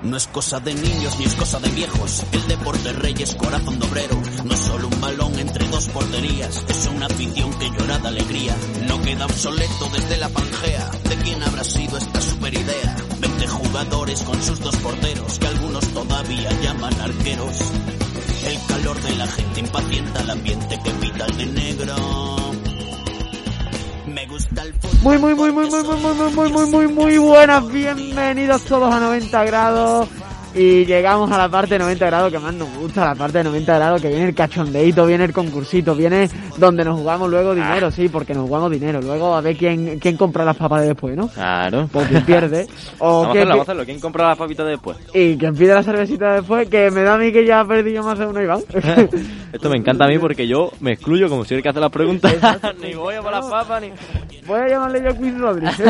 No es cosa de niños ni es cosa de viejos. El deporte rey es corazón de obrero. No es solo un balón entre dos porterías. Es una afición que llora de alegría. No queda obsoleto desde la pangea. ¿De quién habrá sido esta super idea? 20 jugadores con sus dos porteros que algunos todavía llaman arqueros. El calor de la gente impacienta el ambiente que pita el de negro. Me gusta el fútbol. Muy, muy, muy, muy, muy, muy, muy, muy, muy, muy, muy, muy buenas. Bienvenidos todos a 90 grados. Y llegamos a la parte de 90 grados que más nos gusta, la parte de 90 grados que viene el cachondeito, viene el concursito, viene donde nos jugamos luego Ah. dinero, sí, porque nos jugamos dinero. Luego a ver quién, quién compra las papas de después, ¿no? Claro. O quién pierde. O Vamos quién a hacerlo, pi- vamos a hacerlo. ¿Quién compra las papitas después? y quien pide la cervecita después, que me da a mí que ya perdí yo más de uno, Iván. Esto me encanta a mí porque yo me excluyo como si el que hace las preguntas. ni voy a por las papas ni. Voy a llamarle yo Queen Rodríguez.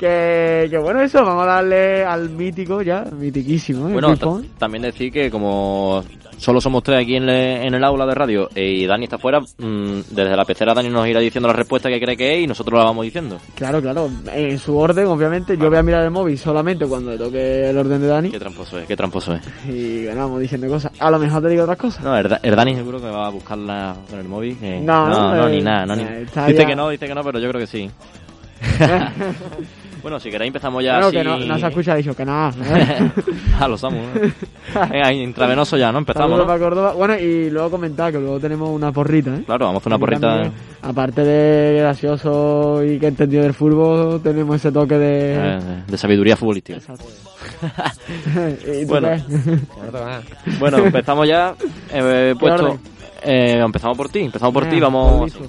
que, que bueno, eso, vamos a darle al mítico ya, mitiquísimo. ¿eh? Bueno, Phil ta- Foden. también decir que como solo somos tres aquí en, le- en el aula de radio eh, y Dani está fuera, mm, desde la pecera Dani nos irá diciendo la respuesta que cree que es y nosotros la vamos diciendo. Claro, claro, en su orden, obviamente. Yo voy a mirar el móvil solamente cuando le toque el orden de Dani. Qué tramposo es, qué tramposo es. Y bueno, vamos diciendo cosas. A lo mejor te digo otras cosas. No, el, Da- el Dani seguro que va a buscarla con el móvil. eh, No, no, eh, ni nada. No, ni- eh, está Dice ya- que no, dice que no, pero yo creo que sí. bueno, si queréis empezamos ya Pues claro así- que no, no se escucha, ha dicho que nada. ¿eh? a los amos. Ah, ¿no? Venga, intravenoso ya, ¿no? Empezamos, Saludos ¿no? para Córdoba. Bueno, y luego comentar que luego tenemos una porrita, ¿eh? Claro, vamos a hacer una porrita. eh. También, aparte de gracioso y que entendido del fútbol, tenemos ese toque de... eh, de sabiduría futbolística. ¿Y tú Eh. Bueno. qué? Bueno, empezamos ya. eh, he puesto, orden? eh, empezamos por ti, empezamos por ti, Ah, vamos. listo.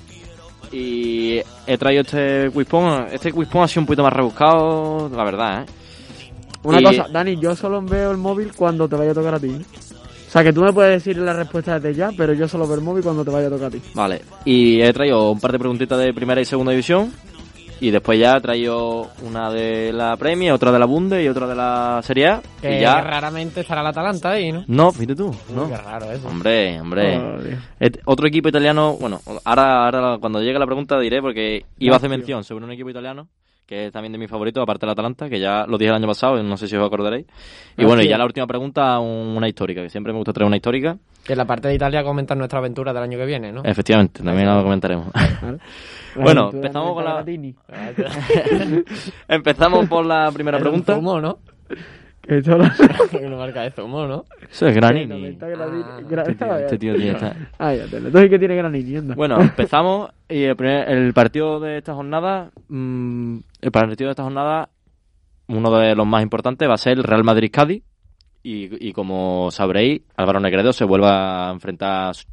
Y he traído este Quispon. Este Quispon ha sido un poquito más rebuscado, la verdad, ¿eh? Una Y- cosa, Dani, yo solo veo el móvil cuando te vaya a tocar a ti. O sea, que tú me puedes decir la respuesta desde ya, pero yo solo veo el móvil cuando te vaya a tocar a ti. Vale. Y he traído un par de preguntitas de primera y segunda división. Y después ya he traído una de la Premier, otra de la Bunde y otra de la Serie A. Que y ya. raramente estará la Atalanta ahí, ¿no? No, fíjate tú. No. Uy, Eh, qué raro ¿eh? eso. Hombre, hombre. Joder. Et- Otro equipo italiano, bueno, ahora, ahora cuando llegue la pregunta diré porque iba a hacer mención sobre un equipo italiano que es también de mis favoritos, aparte del Atalanta, que ya lo dije el año pasado, no sé si os acordaréis. Y bueno, y ya la última pregunta, un- una histórica, que siempre me gusta traer una histórica. Que la parte de Italia comenta nuestra aventura del año que viene, ¿no? Efectivamente, también la comentaremos. La Bueno, aventura empezamos de con la- Pagatini. Empezamos por la primera Era un pregunta. Zumo, ¿no? Que solo- Una marca de zumo, ¿no? Eso es Granini. Noventa gradini- Ah, gra- Este tío, este tío tiene esta- Ah, ya te lo- Entonces, ¿qué tiene Granini? Anda. Bueno, empezamos y el, primer- el partido de esta jornada, mm, el partido de esta jornada, uno de los más importantes va a ser el Real Madrid Cádiz y, y como sabréis, Álvaro Negredo se vuelve a enfrentar a su-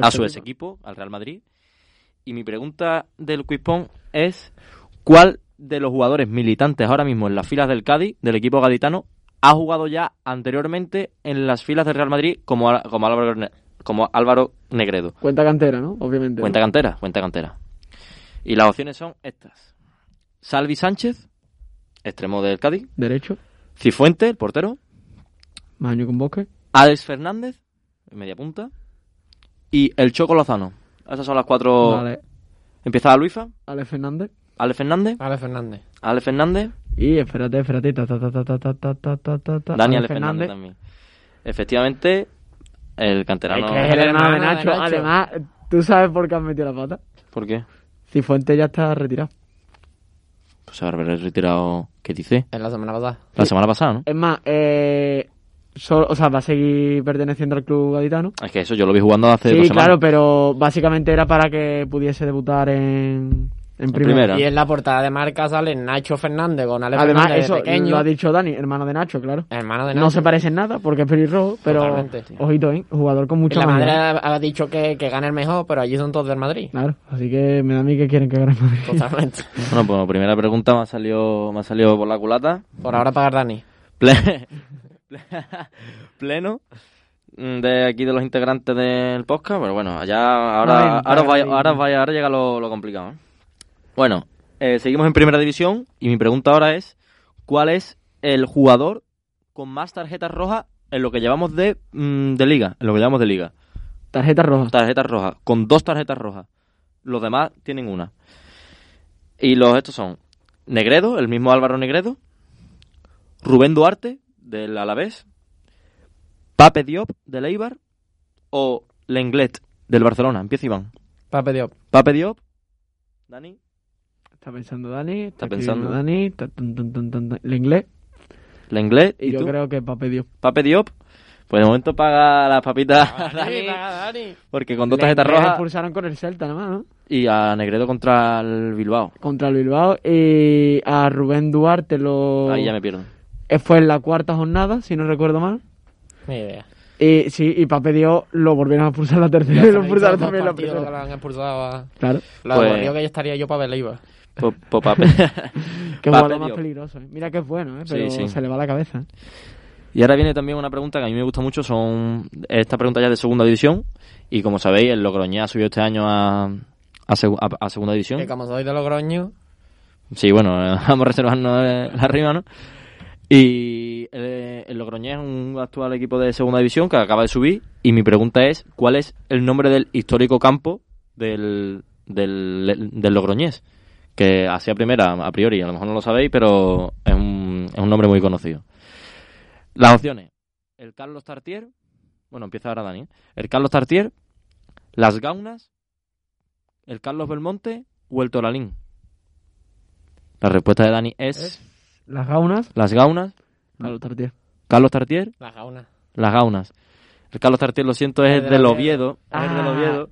a su ex equipo, al Real Madrid. Y mi pregunta del Quispón es ¿cuál de los jugadores militantes ahora mismo en las filas del Cádiz, del equipo gaditano, ha jugado ya anteriormente en las filas del Real Madrid como, Á- como, Álvaro, Ne- como Álvaro Negredo? Cuenta cantera, ¿no? Obviamente. Cuenta cantera, cuenta cantera. Y las opciones son estas. Salvi Sánchez, extremo del Cádiz. Derecho. Cifuente, el portero. Maño con Bosque. Alex Fernández, media punta. Y el Choco Lozano. Esas son las cuatro. Vale. Empieza Luisa, Ale Fernández. Alex Fernández, Ale Fernández. Alex Fernández, Y espérate, espérate. Ta, ta, ta, ta, ta, ta, ta, ta, ta, ta. Ale Dani Alex Fernández. también. Efectivamente, el canterano. Es Que es el hermano de Nacho. Nacho. Además, ¿tú sabes por qué has metido la pata? ¿Por qué? Cifuente ya está retirado. Pues haber retirado. ¿Qué dice? En la semana pasada. La semana pasada, ¿no? Es más, eh, solo- o sea, va a seguir perteneciendo al club gaditano. Es que eso yo lo vi jugando hace Sí, pues, dos semanas. claro, pero básicamente era para que pudiese debutar en, En primera. primera. Y en la portada de marca sale Nacho Fernández con Ale Además, Fernández de eso pequeño. lo ha dicho Dani, hermano de Nacho, claro. Hermano de Nacho. No se parece en nada porque es pelirrojo, pero Totalmente. ojito, ¿eh? Jugador con Y mucha La mano. madre ha dicho que, que gana el mejor, pero allí son todos del Madrid. Claro, así que me da a mí que quieren que gane el Madrid. Totalmente. Bueno, pues primera pregunta me ha salido, me ha salido por la culata. Por ahora pagar Dani. Ple- ple- pleno mm, de aquí de los integrantes del podcast, pero bueno, allá ahora, Noventa ahora, os vaya- y- ahora, os vaya- ahora llega lo, lo complicado. ¿eh? Bueno, eh, seguimos en primera división y mi pregunta ahora es, ¿cuál es el jugador con más tarjetas rojas en lo que llevamos de, mm, de liga? En lo que llevamos de liga. Tarjeta roja. Tarjetas rojas, con dos tarjetas rojas. Los demás tienen una. Y los estos son Negredo, el mismo Álvaro Negredo, Rubén Duarte, del Alavés, Pape Diop, del Eibar, o Lenglet, del Barcelona. Empieza Iván. Pape Diop. Pape Diop, Dani, Está pensando Dani, está, Está pensando. escribiendo Dani, ta, tun, tun, tun, tun, tun, el inglés. Lenglet, Y y yo tú, creo que Pape Dios. Pape Diop. Pues de momento paga las papitas Ah, Dani, porque con dos tarjetas Le- le rojas expulsaron con el Celta, nada más, ¿no? y a Negredo contra el Bilbao. Contra el Bilbao. Y a Rubén Duarte lo. Ahí ya me pierdo. Eh, Fue en la cuarta jornada, si no recuerdo mal. Ni idea. Y sí, y Pape Dios lo volvieron a expulsar la tercera y lo expulsaron también la primera. Que primera. la han expulsado a... Claro. Lo Pues- aburrido que yo estaría yo para verla iba. Oh. Po- po- Pues, Pape. Qué Pape jugador más Diop. peligroso. ¿eh? Mira que es bueno, ¿eh? Sí, pero sí. se le va la cabeza. ¿eh? Y ahora viene también una pregunta que a mí me gusta mucho, son esta pregunta ya es de segunda división y como sabéis el Logroñés ha subido este año a, a, segu- a- a segunda Que división. como soy de Logroño, Sí, bueno, vamos a reservarnos eh, la rima, ¿no? Y eh, el Logroñés es un actual equipo de segunda división que acaba de subir y mi pregunta es ¿cuál es el nombre del histórico campo del, del, del Logroñés? Que hacía primera, a priori, a lo mejor no lo sabéis, pero es un, es un nombre muy conocido. Las opciones. El Carlos Tartier. Bueno, empieza ahora Dani. ¿eh? El Carlos Tartier. Las Gaunas. El Carlos Belmonte. O el Toralín. La respuesta de Dani es, Las gaunas. Las Gaunas. Claro, Tartier. Carlos Tartier. la jauna. Las Gaunas. El Carlos Tartier, lo siento, es Es de del la- Oviedo. Es del Ah. Oviedo.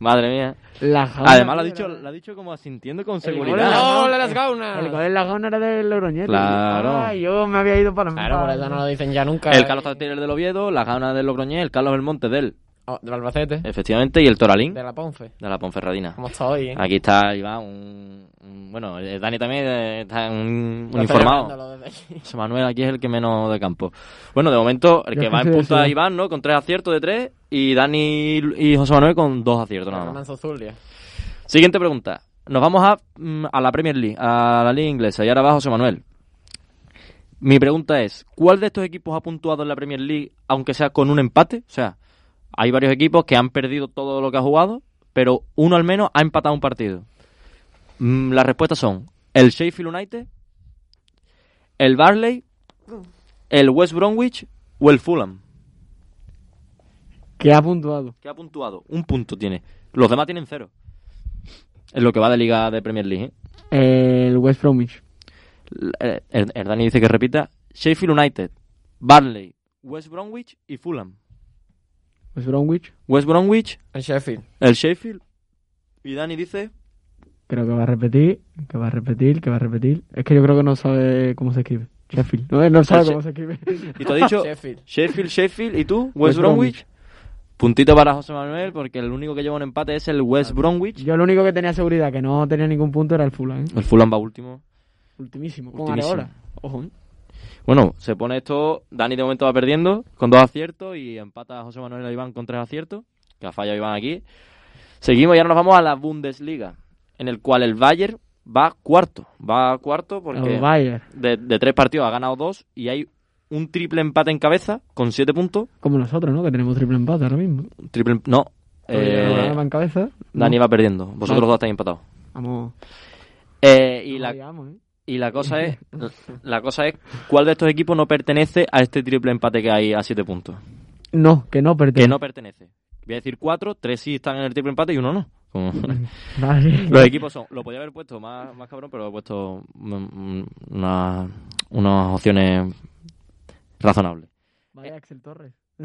Madre mía. Las Ah, gaunas. Además lo ha dicho, lo ha dicho como asintiendo con seguridad. ¡Gol de las gaunas! El gol de las gaunas era del Logroñete. Claro. Ay, yo me había ido para Claro, por eso no lo dicen ya nunca. El Carlos Tartier es del Oviedo, las Gaunas del Logroñés, el Carlos Belmonte del, Oh, del Albacete. ¿Eh? efectivamente, y el Toralín De la Ponfe. de la Ponferradina. Como está hoy, ¿eh? Aquí está Iván, un, un- bueno, eh, Dani también eh, está un, un Lo estoy informado. grabándolo desde aquí. José Manuel aquí es el que menos de campo. Bueno, de momento el Yo que va casi en punta decía. es Iván, ¿no? Con tres aciertos de tres y Dani y José Manuel con dos aciertos nada Hernán más. Zuzulia. Siguiente pregunta. Nos vamos a, mm, a la Premier League, a la Liga Inglesa y ahora va José Manuel. Mi pregunta es, ¿cuál de estos equipos ha puntuado en la Premier League, aunque sea con un empate? O sea, hay varios equipos que han perdido todo lo que ha jugado, pero uno al menos ha empatado un partido. Mm, Las respuestas son el Sheffield United, el Barley, el West Bromwich o el Fulham. Que ha puntuado. que ha puntuado? Un punto tiene. Los demás tienen cero. Es lo que va de Liga de Premier League. ¿eh? El West Bromwich. el, el- el Dani dice que repita Sheffield United, Barley, West Bromwich y Fulham. West Bromwich. West Bromwich, El Sheffield. el Sheffield y Dani dice Creo que va a repetir, que va a repetir, que va a repetir. Es que yo creo que no sabe cómo se escribe. Sheffield. No, no sabe She- cómo se escribe. y tú has dicho Sheffield. Sheffield, Sheffield y tú West, West Bromwich. Puntito para José Manuel porque el único que lleva un empate es el West Bromwich. Yo lo único que tenía seguridad que no tenía ningún punto era el Fulham. ¿eh? El Fulham va último. Ultimísimo. Con Ultimísimo. Areola. Ojo, ¿eh? Bueno, se pone esto. Dani de momento va perdiendo con dos aciertos y empata José Manuel e Iván con tres aciertos. Que ha fallado Iván aquí. Seguimos y ahora nos vamos a la Bundesliga, en el cual el Bayern va cuarto. Va cuarto porque El Bayern. de, de tres partidos ha ganado dos y hay un triple empate en cabeza con siete puntos. Como nosotros, ¿no? Que tenemos triple empate ahora mismo. Un Triple, emp- no, eh, Eh... en cabeza. Dani va perdiendo. Vosotros Vale. dos estáis empatados. Vamos. Eh, y no la, vayamos, ¿eh? Y la cosa es, la cosa es, ¿cuál de estos equipos no pertenece a este triple empate que hay a siete puntos? No, que no pertenece. Que no pertenece. Voy a decir cuatro, tres sí están en el triple empate y uno no. Como- Vale. Los equipos son, lo podía haber puesto más, más cabrón, pero he puesto mm, mm, una- unas opciones razonables. Vaya Axel Torres.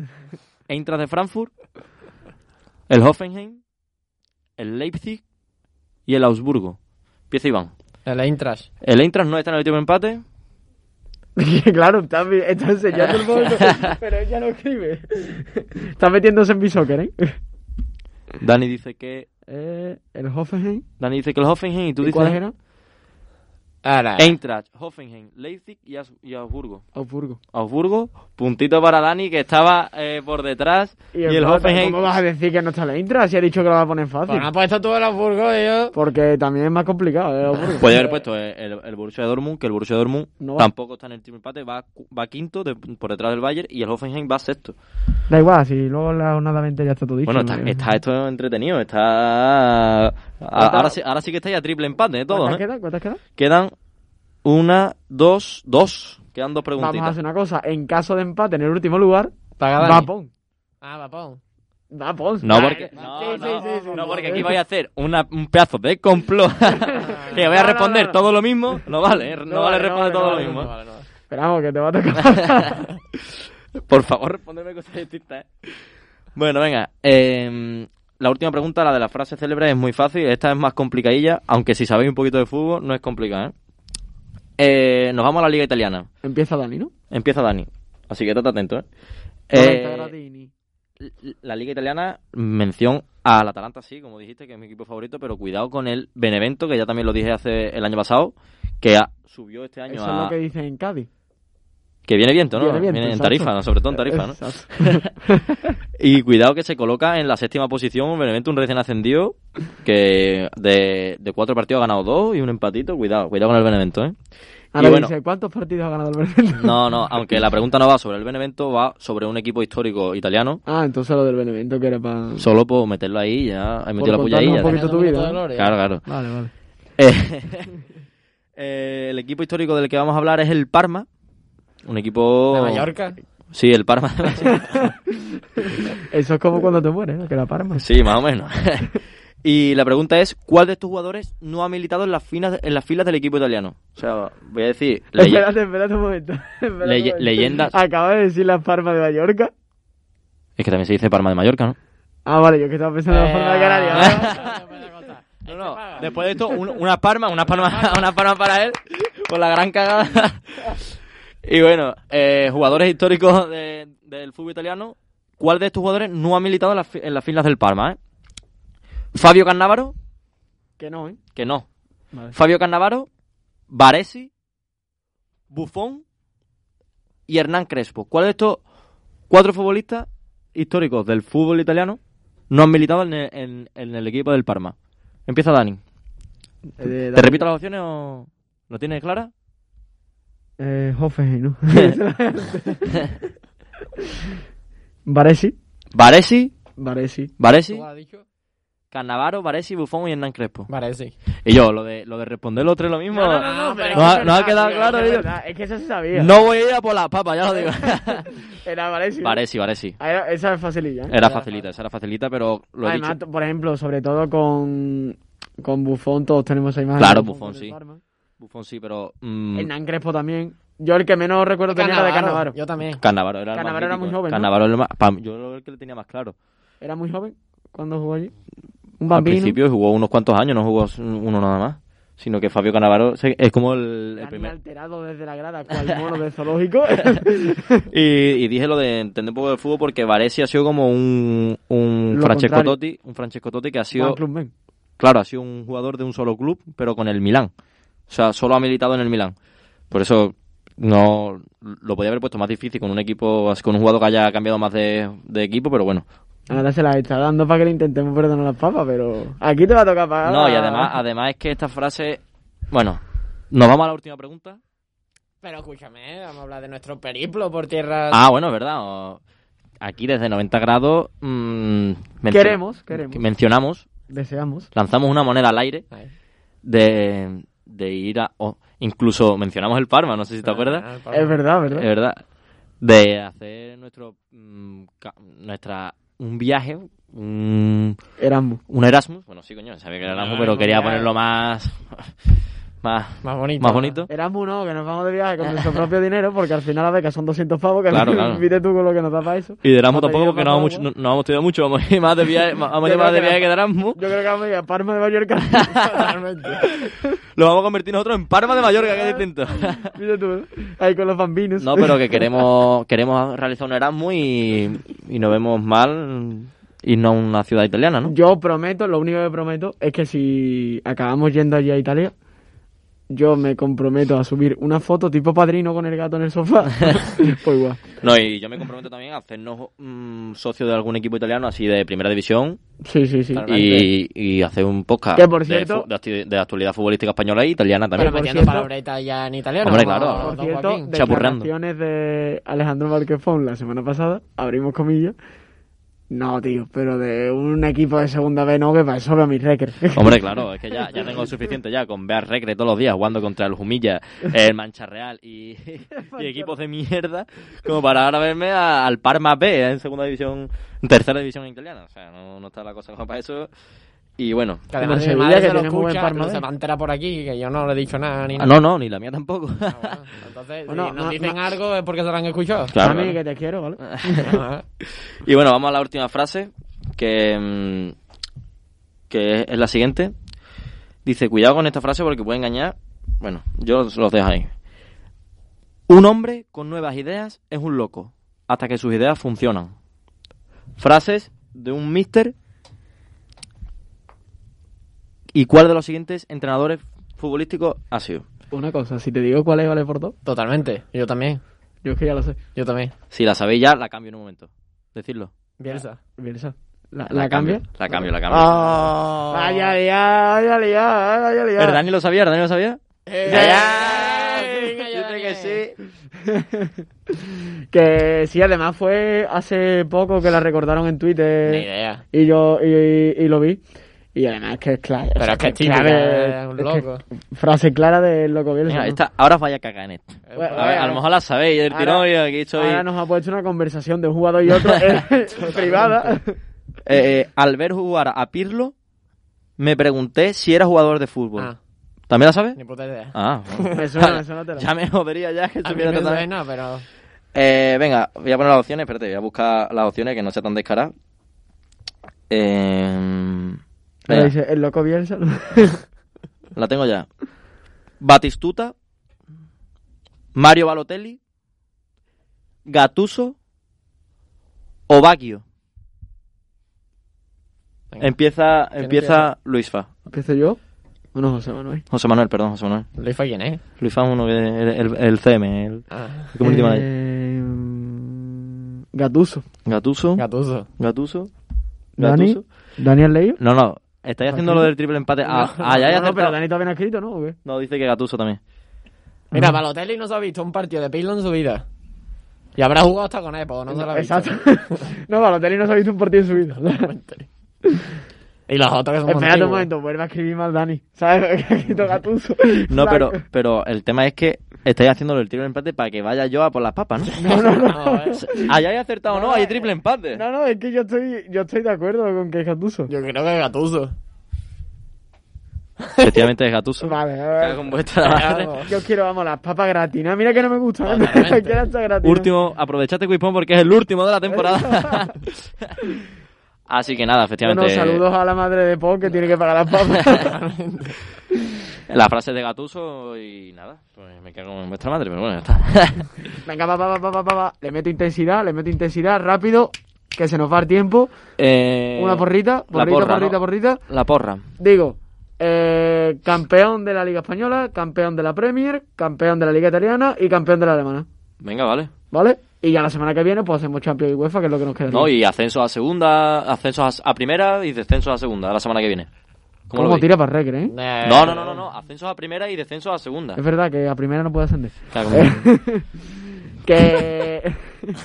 Eintracht de Frankfurt, el Hoffenheim, el Leipzig y el Augsburgo. Empieza Iván. El Eintrash. El Eintracht no está en el último empate. claro, está, mi- está enseñando el móvil, pero ella no escribe. está metiéndose en mi soccer, ¿eh? Dani dice que. Eh, El Hoffenheim. Dani dice que el Hoffenheim y tú ¿Y dices. ¿Cuáles eran? Ahora. Eintracht, Hoffenheim, Leipzig y, Aus- y Augsburgo. Augsburgo. Augsburgo, puntito para Dani que estaba eh, por detrás. Y el, empate, Hoffenheim. ¿Cómo vas a decir que no está la intra si ha dicho que lo va a poner fácil? Pues no ha puesto tú el Hamburgo y yo. Porque también es más complicado, ¿eh? Augsburgo. Podría haber puesto eh, el, el Borussia Dortmund, que el Borussia Dortmund No va. tampoco está en el último empate, va, cu- va quinto de- por detrás del Bayern y el Hoffenheim va sexto. Da igual, si luego en la jornada 20 ya está todo dicho. Bueno, está, ¿no? está esto entretenido, está... a- ahora, sí, ahora sí que está ya triple empate, ¿eh? todo. ¿Cuántas ¿eh? quedan? ¿Cuántas quedan? Quedan una, dos, dos. Quedan dos Vamos a preguntitas. hacer una cosa. En caso de empate en el último lugar, Paga va Dani. Pon. Ah, Vapón. Va Pon. No, porque, Sí, no, sí, no, sí, sí, no, sí. porque aquí vais a hacer una- un pedazo de complot que voy No, a no, responder no. todo lo mismo. No vale, eh, no, No vale, vale no vale, responder todo no lo vale, mismo. No, eh. vale, no vale. Esperamos que te va a tocar. Por favor, respóndeme cosas distintas. ¿eh? Bueno, venga. eh, la última pregunta, la de la frase célebre, es muy fácil. Esta es más complicadilla, aunque si sabéis un poquito de fútbol, no es complicada. ¿eh? Eh, nos vamos a la Liga Italiana. Empieza Dani, ¿no? Empieza Dani. Así que estate atento, ¿eh? No, está Eh, Gratini. la Liga Italiana, mención al Atalanta, sí, como dijiste, que es mi equipo favorito, pero cuidado con el Benevento, que ya también lo dije hace el año pasado, que ha- subió este año Eso a... es lo que dicen en Cádiz. Que viene viento, ¿no? Viene viento, en exacto. tarifa, ¿no? sobre todo en tarifa, ¿no? Exacto. Y cuidado que se coloca en la séptima posición Benevento, un recién ascendido, que de, de cuatro partidos ha ganado dos y un empatito. Cuidado, cuidado con el Benevento, ¿eh? Ahora Y bueno. dice, ¿cuántos partidos ha ganado el Benevento? No, no, aunque la pregunta no va sobre el Benevento, va sobre un equipo histórico italiano. Ah, entonces lo del Benevento que era para... Solo por meterlo ahí, ya he Por metido la puya ahí. contarnos ya un poquito está. tu vida, ¿eh? Claro, claro. Vale, vale. Eh, eh, el equipo histórico del que vamos a hablar es el Parma. Un equipo... De Mallorca. Sí, el Parma. Eso es como cuando te mueres, ¿no? que la parmas. Sí, más o menos. y la pregunta es, ¿cuál de estos jugadores no ha militado en las, finas, en las filas del equipo italiano? O sea, voy a decir... leye- Espérate, espérate un momento. Espérate un Leye- momento. leyendas. Acaba de decir las Parmas de Mallorca. Es que también se dice Parma de Mallorca, ¿no? Ah, vale, yo que estaba pensando en la Parma de Eh, Canarias. Ah, No, no. Después de esto, un- unas palmas, unas palmas, unas palmas para él, por la gran cagada. y bueno, eh, jugadores históricos de- del fútbol italiano, ¿cuál de estos jugadores no ha militado en las, fi- en las filas del Parma? eh? Fabio Cannavaro, Que no, ¿eh? que no. Vale. Fabio Cannavaro, Baresi, Buffon y Hernán Crespo. ¿Cuál de estos cuatro futbolistas históricos del fútbol italiano no han militado en el, en- en el equipo del Parma? Empieza Dani. Eh, ¿Te repito las opciones o lo tienes clara? Eh, Hoffenheim, ¿no? Varesi. Baresi, Varesi. Baresi, ¿Tú has dicho? Cannavaro, Baresi, Buffon y Hernán Crespo. Vale, sí. Y yo, lo de, lo de responder los tres lo mismo. no, pero nos ha- nos ha quedado claro, Es, tío. verdad, es que eso se sabía. No voy a ir a por las papas, ya lo digo. Era Varesi. ¿no? Baresi, Baresi. Ah, era- Esa es facililla. ¿eh? Era facilita, esa era facilita, pero lo he Además, dicho. por ejemplo, sobre todo con, con Buffon, todos tenemos esa imagen. Claro, de Buffon, con el sí. Parma. Buffon sí, pero... mm, Hernán Crespo también. Yo el que menos recuerdo tenía era de Cannavaro. Yo también. Cannavaro era, el más Cannavaro era muy mítico, joven, ¿no? Cannavaro era el más- pa- yo era el que le tenía más claro. Era muy joven cuando jugó allí. Un Al bambino. principio jugó unos cuantos años, no jugó uno nada más. Sino que Fabio Cannavaro se- es como el, el Dani primer. alterado desde la grada, cual mono de zoológico. Y, y dije lo de entender un poco de fútbol porque Varese ha sido como un, un Lo Francesco contrario. Totti, un Francesco Totti que ha Juan sido, Clubman. claro, ha sido un jugador de un solo club, pero con el Milán. O sea, solo ha militado en el Milán. Por eso no lo podía haber puesto más difícil con un equipo, con un jugador que haya cambiado más de, de equipo, pero bueno, Ahora se las está dando para que le intentemos perdonar las papas, pero aquí te va a tocar pagar. No, y además, Ah. además es que esta frase. Bueno, nos vamos a la última pregunta. Pero escúchame, vamos a hablar de nuestro periplo por tierra. Ah, bueno, es verdad. o- Aquí desde 90 grados. mm, mencio- Queremos, queremos. Mencionamos, Deseamos. lanzamos una moneda al aire Ahí. de, de ir a. o incluso mencionamos el Parma, no sé si te acuerdas. Ah, por- Es verdad, ¿verdad? Es verdad. De hacer nuestro. mm, ca- nuestra. Un viaje. Un, Éramos. un Erasmus. Bueno, sí, coño, sabía que era Erasmus, No, pero no, quería claro. ponerlo más. más, Más bonito. más bonito. Erasmus no, que nos vamos de viaje con nuestro propio dinero, porque al final la beca son 200 pavos, que Claro, claro, claro. tú con lo que nos da para eso. Y de Erasmus Vamos a tampoco, ir porque más no vamos, agua. mucho- no, no hemos estudiado mucho. Vamos a ir más de viaje, vamos a ir Yo más creo de que viaje la- que de Erasmus. Yo creo que vamos a ir a Parma de Mallorca. Totalmente. Lo vamos a convertir nosotros en Parma de Mallorca, que es distinto. Mira tú, ¿no? ahí con los bambinos. No, pero que queremos queremos realizar un Erasmus y, y nos vemos mal irnos a una ciudad italiana, ¿no? Yo prometo, lo único que prometo es que si acabamos yendo allí a Italia, yo me comprometo a subir una foto tipo padrino con el gato en el sofá. pues igual. No, y yo me comprometo también a hacernos mm, socio de algún equipo italiano así de primera división Sí, sí, sí. y, y hacer un podcast Que, por de cierto- fu- de, acti- de actualidad futbolística española e italiana Pero también. por metiendo cierto- palabretas ya en italiano. Hombre, como claro. don Por cierto, Joaquín. Chapurrando. declaraciones de Alejandro Márquez Fon la semana pasada, abrimos comillas. No, tío, pero de un equipo de segunda B no, que para eso veo a mis records. Hombre, claro, es que ya, ya tengo suficiente ya con Bear Recre todos los días jugando contra el Jumilla, el Mancha Real y, y equipos de mierda como para ahora verme a- al Parma B en segunda división, tercera división italiana. O sea, no, no está la cosa como para eso. Y bueno. Que además Sevilla, mi madre que se lo tiene muy buen escucha, Parma, no ¿eh? se va a enterar por aquí, que yo no le he dicho nada ni Ah, nada. no, no, ni la mía tampoco. Ah, bueno. Entonces, Bueno, si nos no- dicen no- algo es porque se lo han escuchado. Ah, Claro, Mami, claro. Ah. que te quiero, ¿vale? Ajá. Y bueno, vamos a la última frase, que, mm, que es la siguiente. Dice, cuidado con esta frase porque puede engañar. Bueno, yo os los dejo ahí. Un hombre con nuevas ideas es un loco, hasta que sus ideas funcionan. Frases de un mister. ¿Y cuál de los siguientes entrenadores futbolísticos ha sido? Una cosa, si te digo cuál es, vale por dos. Totalmente. Yo también. Yo es que ya lo sé. Yo también. Si la sabéis ya, la cambio en un momento. Decirlo. Bielsa. Bielsa. ¿La, la, cambia? La cambio, la cambio. Oh. Vaya liá, vaya liá, vaya liá. ¿El Dani lo sabía? ¿El Dani lo sabía? Eh, Ya, eh, venga, ya, Dice que Daniel. sí. Que sí, además fue hace poco que la recordaron en Twitter. Ni idea. Y yo y, y- y lo vi. Y además que es clave. Pero es que es típica, es un que- loco. frase clara del loco Bielsa. Venga, ¿no? esta, ahora os vaya a cagar en esto. Bueno, Ah, A, ver, a lo mejor la sabéis del Ahora- tirón y aquí estoy. Ahora nos ha puesto una conversación de un jugador y otro eh, privada. Eh, eh, al ver jugar a Pirlo, me pregunté si era jugador de fútbol. Ah, ¿También la sabes? ni puta idea. Ah, bueno. Me suena, me suena, te la- ya me jodería ya que A mí supiera me esta también. suena, pero... Eh, venga, voy a poner las opciones, espérate, voy a buscar las opciones que no sean tan descaradas. Eh, Pero venga, dice, el loco Bielsa. la tengo ya. Batistuta, Mario Balotelli, Gatuso o Baggio. Venga. Empieza, ¿Quién empieza Luis Fa. ¿Empiezo yo? ¿O no, José Manuel? José Manuel, perdón, José Manuel. Luis fue quién es. Luis Fa es uno que el, el, el CM, el Ah, community manager. Eh, Gatuso. Gatuso, Gatuso. Gatuso, Dani. Gatuso. ¿Daniel Leyo? No, no, estáis haciendo lo del triple empate. Ah, ah, ya, ya no, no, pero acertado. Dani todavía no ha escrito, ¿no? ¿O qué? No, dice que Gatuso también. Mira, Balotelli no se ha visto un partido de Pirlo en su vida. Y habrá jugado hasta con Epo, no se lo ha visto. Exacto. no, Balotelli no se ha visto un partido en su vida. Y los otros que son Espérate un antiguos. momento, vuelve a escribir mal Dani. ¿Sabes? Que ha escrito Gatuso. No, pero, Flaco. pero el tema es que estáis haciendo lo del triple empate para que vaya yo a por las papas, ¿no? No, no, no. No, eh. Ah, ya he acertado, ¿no? Hay triple empate. No, no, es que yo estoy, yo estoy de acuerdo con que es Gatuso. Yo creo que Gatuso. Efectivamente es Gatuso. Vale, a Cago ver. en vuestra madre. Yo quiero, vamos, las papas gratinas. Mira que no me gustan. Totalmente. Quiero hasta gratinas. Último, aprovechate Quipón porque es el último de la temporada. Así que Bueno, nada, efectivamente. saludos a la madre de Paul que tiene que pagar las papas. Las frases de Gatuso y nada. Pues me cago en vuestra madre, pero bueno, ya está. Venga, va, va, va, va, va, va, va. Le meto intensidad, le meto intensidad, rápido, que se nos va el tiempo. Eh, Una porrita, la porrita, porra, porrita, ¿no? porrita. La porra. Digo, eh, campeón de la Liga Española, campeón de la Premier, campeón de la Liga Italiana y campeón de la Alemana. Venga, vale. ¿Vale? Y ya la semana que viene pues hacemos Champions y UEFA, que es lo que nos queda. No, y ascensos a segunda, ascensos a, a primera y descensos a segunda, la semana que viene. ¿Cómo, lo ¿Cómo veis? tira para Recre, eh? Eh, No, no, no, no, no, ascensos a primera y descensos a segunda. Es verdad que a primera no puede ascender. Cago en- Que...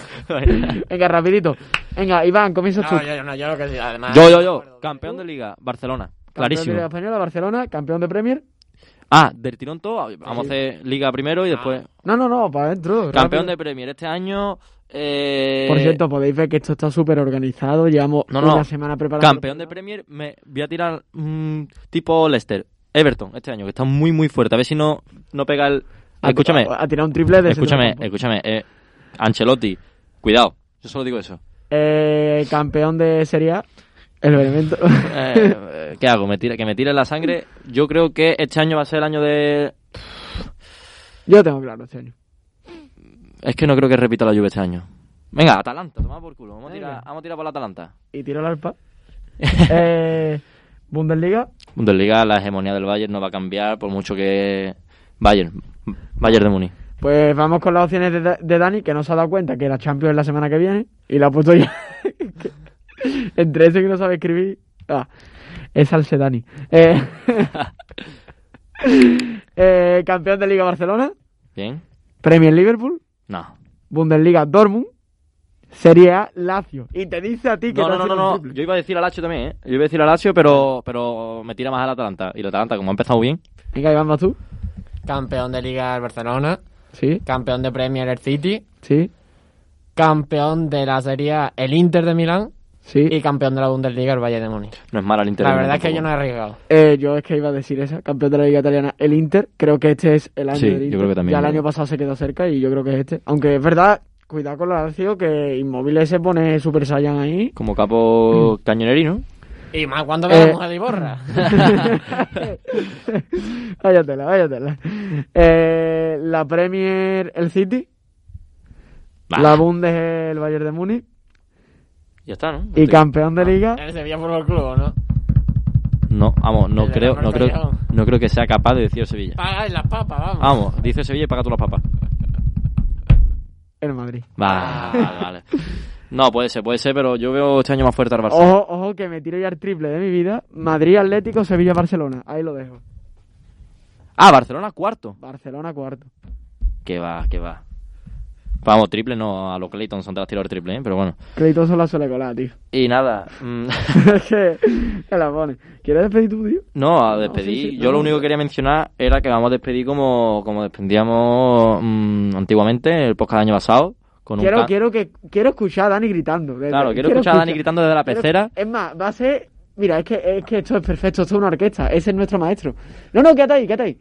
Venga, rapidito. Venga, Iván, comienzas tú. No, yo, yo no, yo lo que sí, Ah, además... Yo, yo, yo, campeón de liga, Barcelona. Uh. Campeón de Liga Clarísimo. Española, Barcelona, campeón de Premier. Ah, del tirón todo, vamos a hacer liga Ah. primero y después. No, no, no, para adentro. Campeón rápido. de Premier este año. Eh... Por cierto, podéis ver que esto está súper organizado. Llevamos No, una no. semana preparando. campeón de Premier, me voy a tirar mm, tipo Leicester. Everton este año, que está muy, muy fuerte. A ver si no, no pega el. Ah, Escúchame, Ha tirado un triple de escúchame, centro del campo. escúchame. eh, Ancelotti, cuidado. Yo solo digo eso. Eh, campeón de Serie A, el Benevento. Eh, eh, ¿Qué hago? ¿Me tira, ¿Que me tire la sangre? Yo creo que este año va a ser el año de... Yo tengo claro este año. Es que no creo que repita la lluvia este año. Venga, Atalanta, toma por culo. Vamos a tirar, Venga. vamos a tirar por la Atalanta. Y tiro el arpa. Eh, Bundesliga, Bundesliga, la hegemonía del Bayern no va a cambiar por mucho que... Bayern, Bayern de Muni. pues vamos con las opciones de, Da- de Dani, que no se ha dado cuenta que la Champions es la semana que viene y la ha puesto ya. Entre eso y que no sabe escribir. Ah, es Alce Dani. Eh, eh, campeón de Liga Barcelona, ¿Bien? Premier Liverpool, No. Bundesliga Dortmund, Serie A Lazio. Y te dice a ti que te No, no, ha no, sido no, un no. triple. Yo iba a decir a Lazio también, ¿eh? Yo iba a decir a Lazio, pero, pero me tira más al Atalanta. Y el Atalanta, como ha empezado bien... Venga, Iván, vas tú. Campeón de Liga el Barcelona. Sí, Campeón de Premier el City. sí, Campeón de la Serie A, el Inter de Milán. sí. Y campeón de la Bundesliga el Bayern de Múnich. No es mala el Inter. La de verdad es Milán que yo no he tampoco. arriesgado. Eh, yo es que iba a decir esa, campeón de la Liga Italiana, el Inter. Creo que este es el año Sí, del yo Inter. creo que también. ¿eh? Ya el año pasado se quedó cerca y yo creo que es este. Aunque es verdad, cuidado con la Lazio, que Inmóviles se pone Super Saiyan ahí. Como Mm. capo cañoneri, ¿no? Y más cuando veamos Eh. a Diborra. váyatela, váyatela. Eh, la Premier, el City. Bah, La Bundes, el Bayern de Múnich. Ya está, ¿no? Y campeón Ah. de Liga. el Sevilla Fútbol Club, ¿no? No, vamos, no El de creo, la no marca creo, León. no creo que sea capaz de decir Sevilla. Paga en las papas, vamos. Vamos, dice Sevilla y paga tú las papas. El Madrid. Ah. Vale, vale, vale. No, puede ser, puede ser, pero yo veo este año más fuerte al Barça. Ojo, ojo, que me tiro ya el triple de mi vida. Madrid, Atlético, Sevilla, Barcelona. Ahí lo dejo. Ah, Barcelona cuarto. Barcelona, cuarto. Que va, que va. Vamos, triple no, a lo Clayton son te las tiró el triple, ¿eh? pero bueno. Crédito solo suele colar, tío. Y nada, mm, Es que que la pone. ¿Quieres despedir tú, tío? no, No, a sí, despedir. sí, Yo no, lo único no. que quería mencionar era que vamos a despedir como, como despedíamos mm, antiguamente, el podcast del año pasado. Con un Quiero, can- quiero, que, quiero escuchar a Dani gritando. desde- Claro, quiero escuchar a Dani gritando desde la Quiero- pecera. Es más, va a ser. Mira, es que, es que esto es perfecto, esto es una orquesta, ese es nuestro maestro. No, no, quédate ahí, quédate ahí.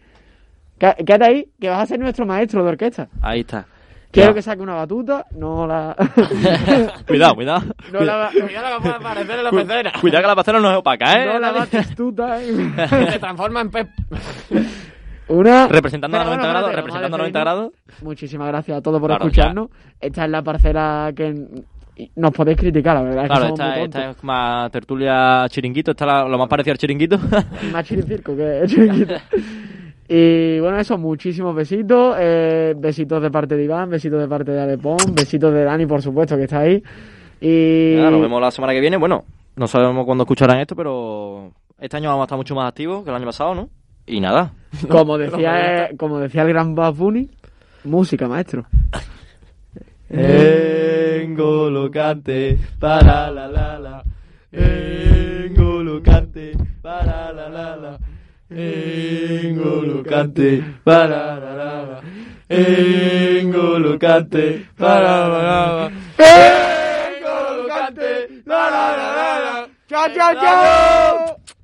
Ca- Quédate ahí, que vas a ser nuestro maestro de orquesta. Ahí está. Quiero Ya. que saque una batuta, no la. cuidado, cuidado. no la, Cuidado que puede aparecer en la pecera. Cuidado que la pecera no es opaca, ¿eh? no la batistuta. eh. Se transforma en pez. Una... Representando a Pero 90 grados, espérate, representando a vamos 90 grados. despedirnos. Muchísimas gracias a todos por Claro, escucharnos. Esta es la parcela que n- nos podéis criticar, la verdad. es que Claro, somos esta, muy esta tontos. es más tertulia chiringuito, esta la- lo más parecido al chiringuito. Más chiricirco que chiringuito. Y bueno, eso, muchísimos besitos. eh, besitos de parte de Iván, besitos de parte de Alepón, besitos de Dani, por supuesto, que está ahí. Y Nada, nos vemos la semana que viene. Bueno, no sabemos cuándo escucharán esto, pero este año vamos a estar mucho más activos que el año pasado, ¿no? Y nada. como decía, eh, como decía el gran Bad Bunny, música, maestro. Engolocante, para la la la. Engolocante, para la la la. Engolocante, para la la la. Engolocante, para la la la. ¡Chao, chao, chao!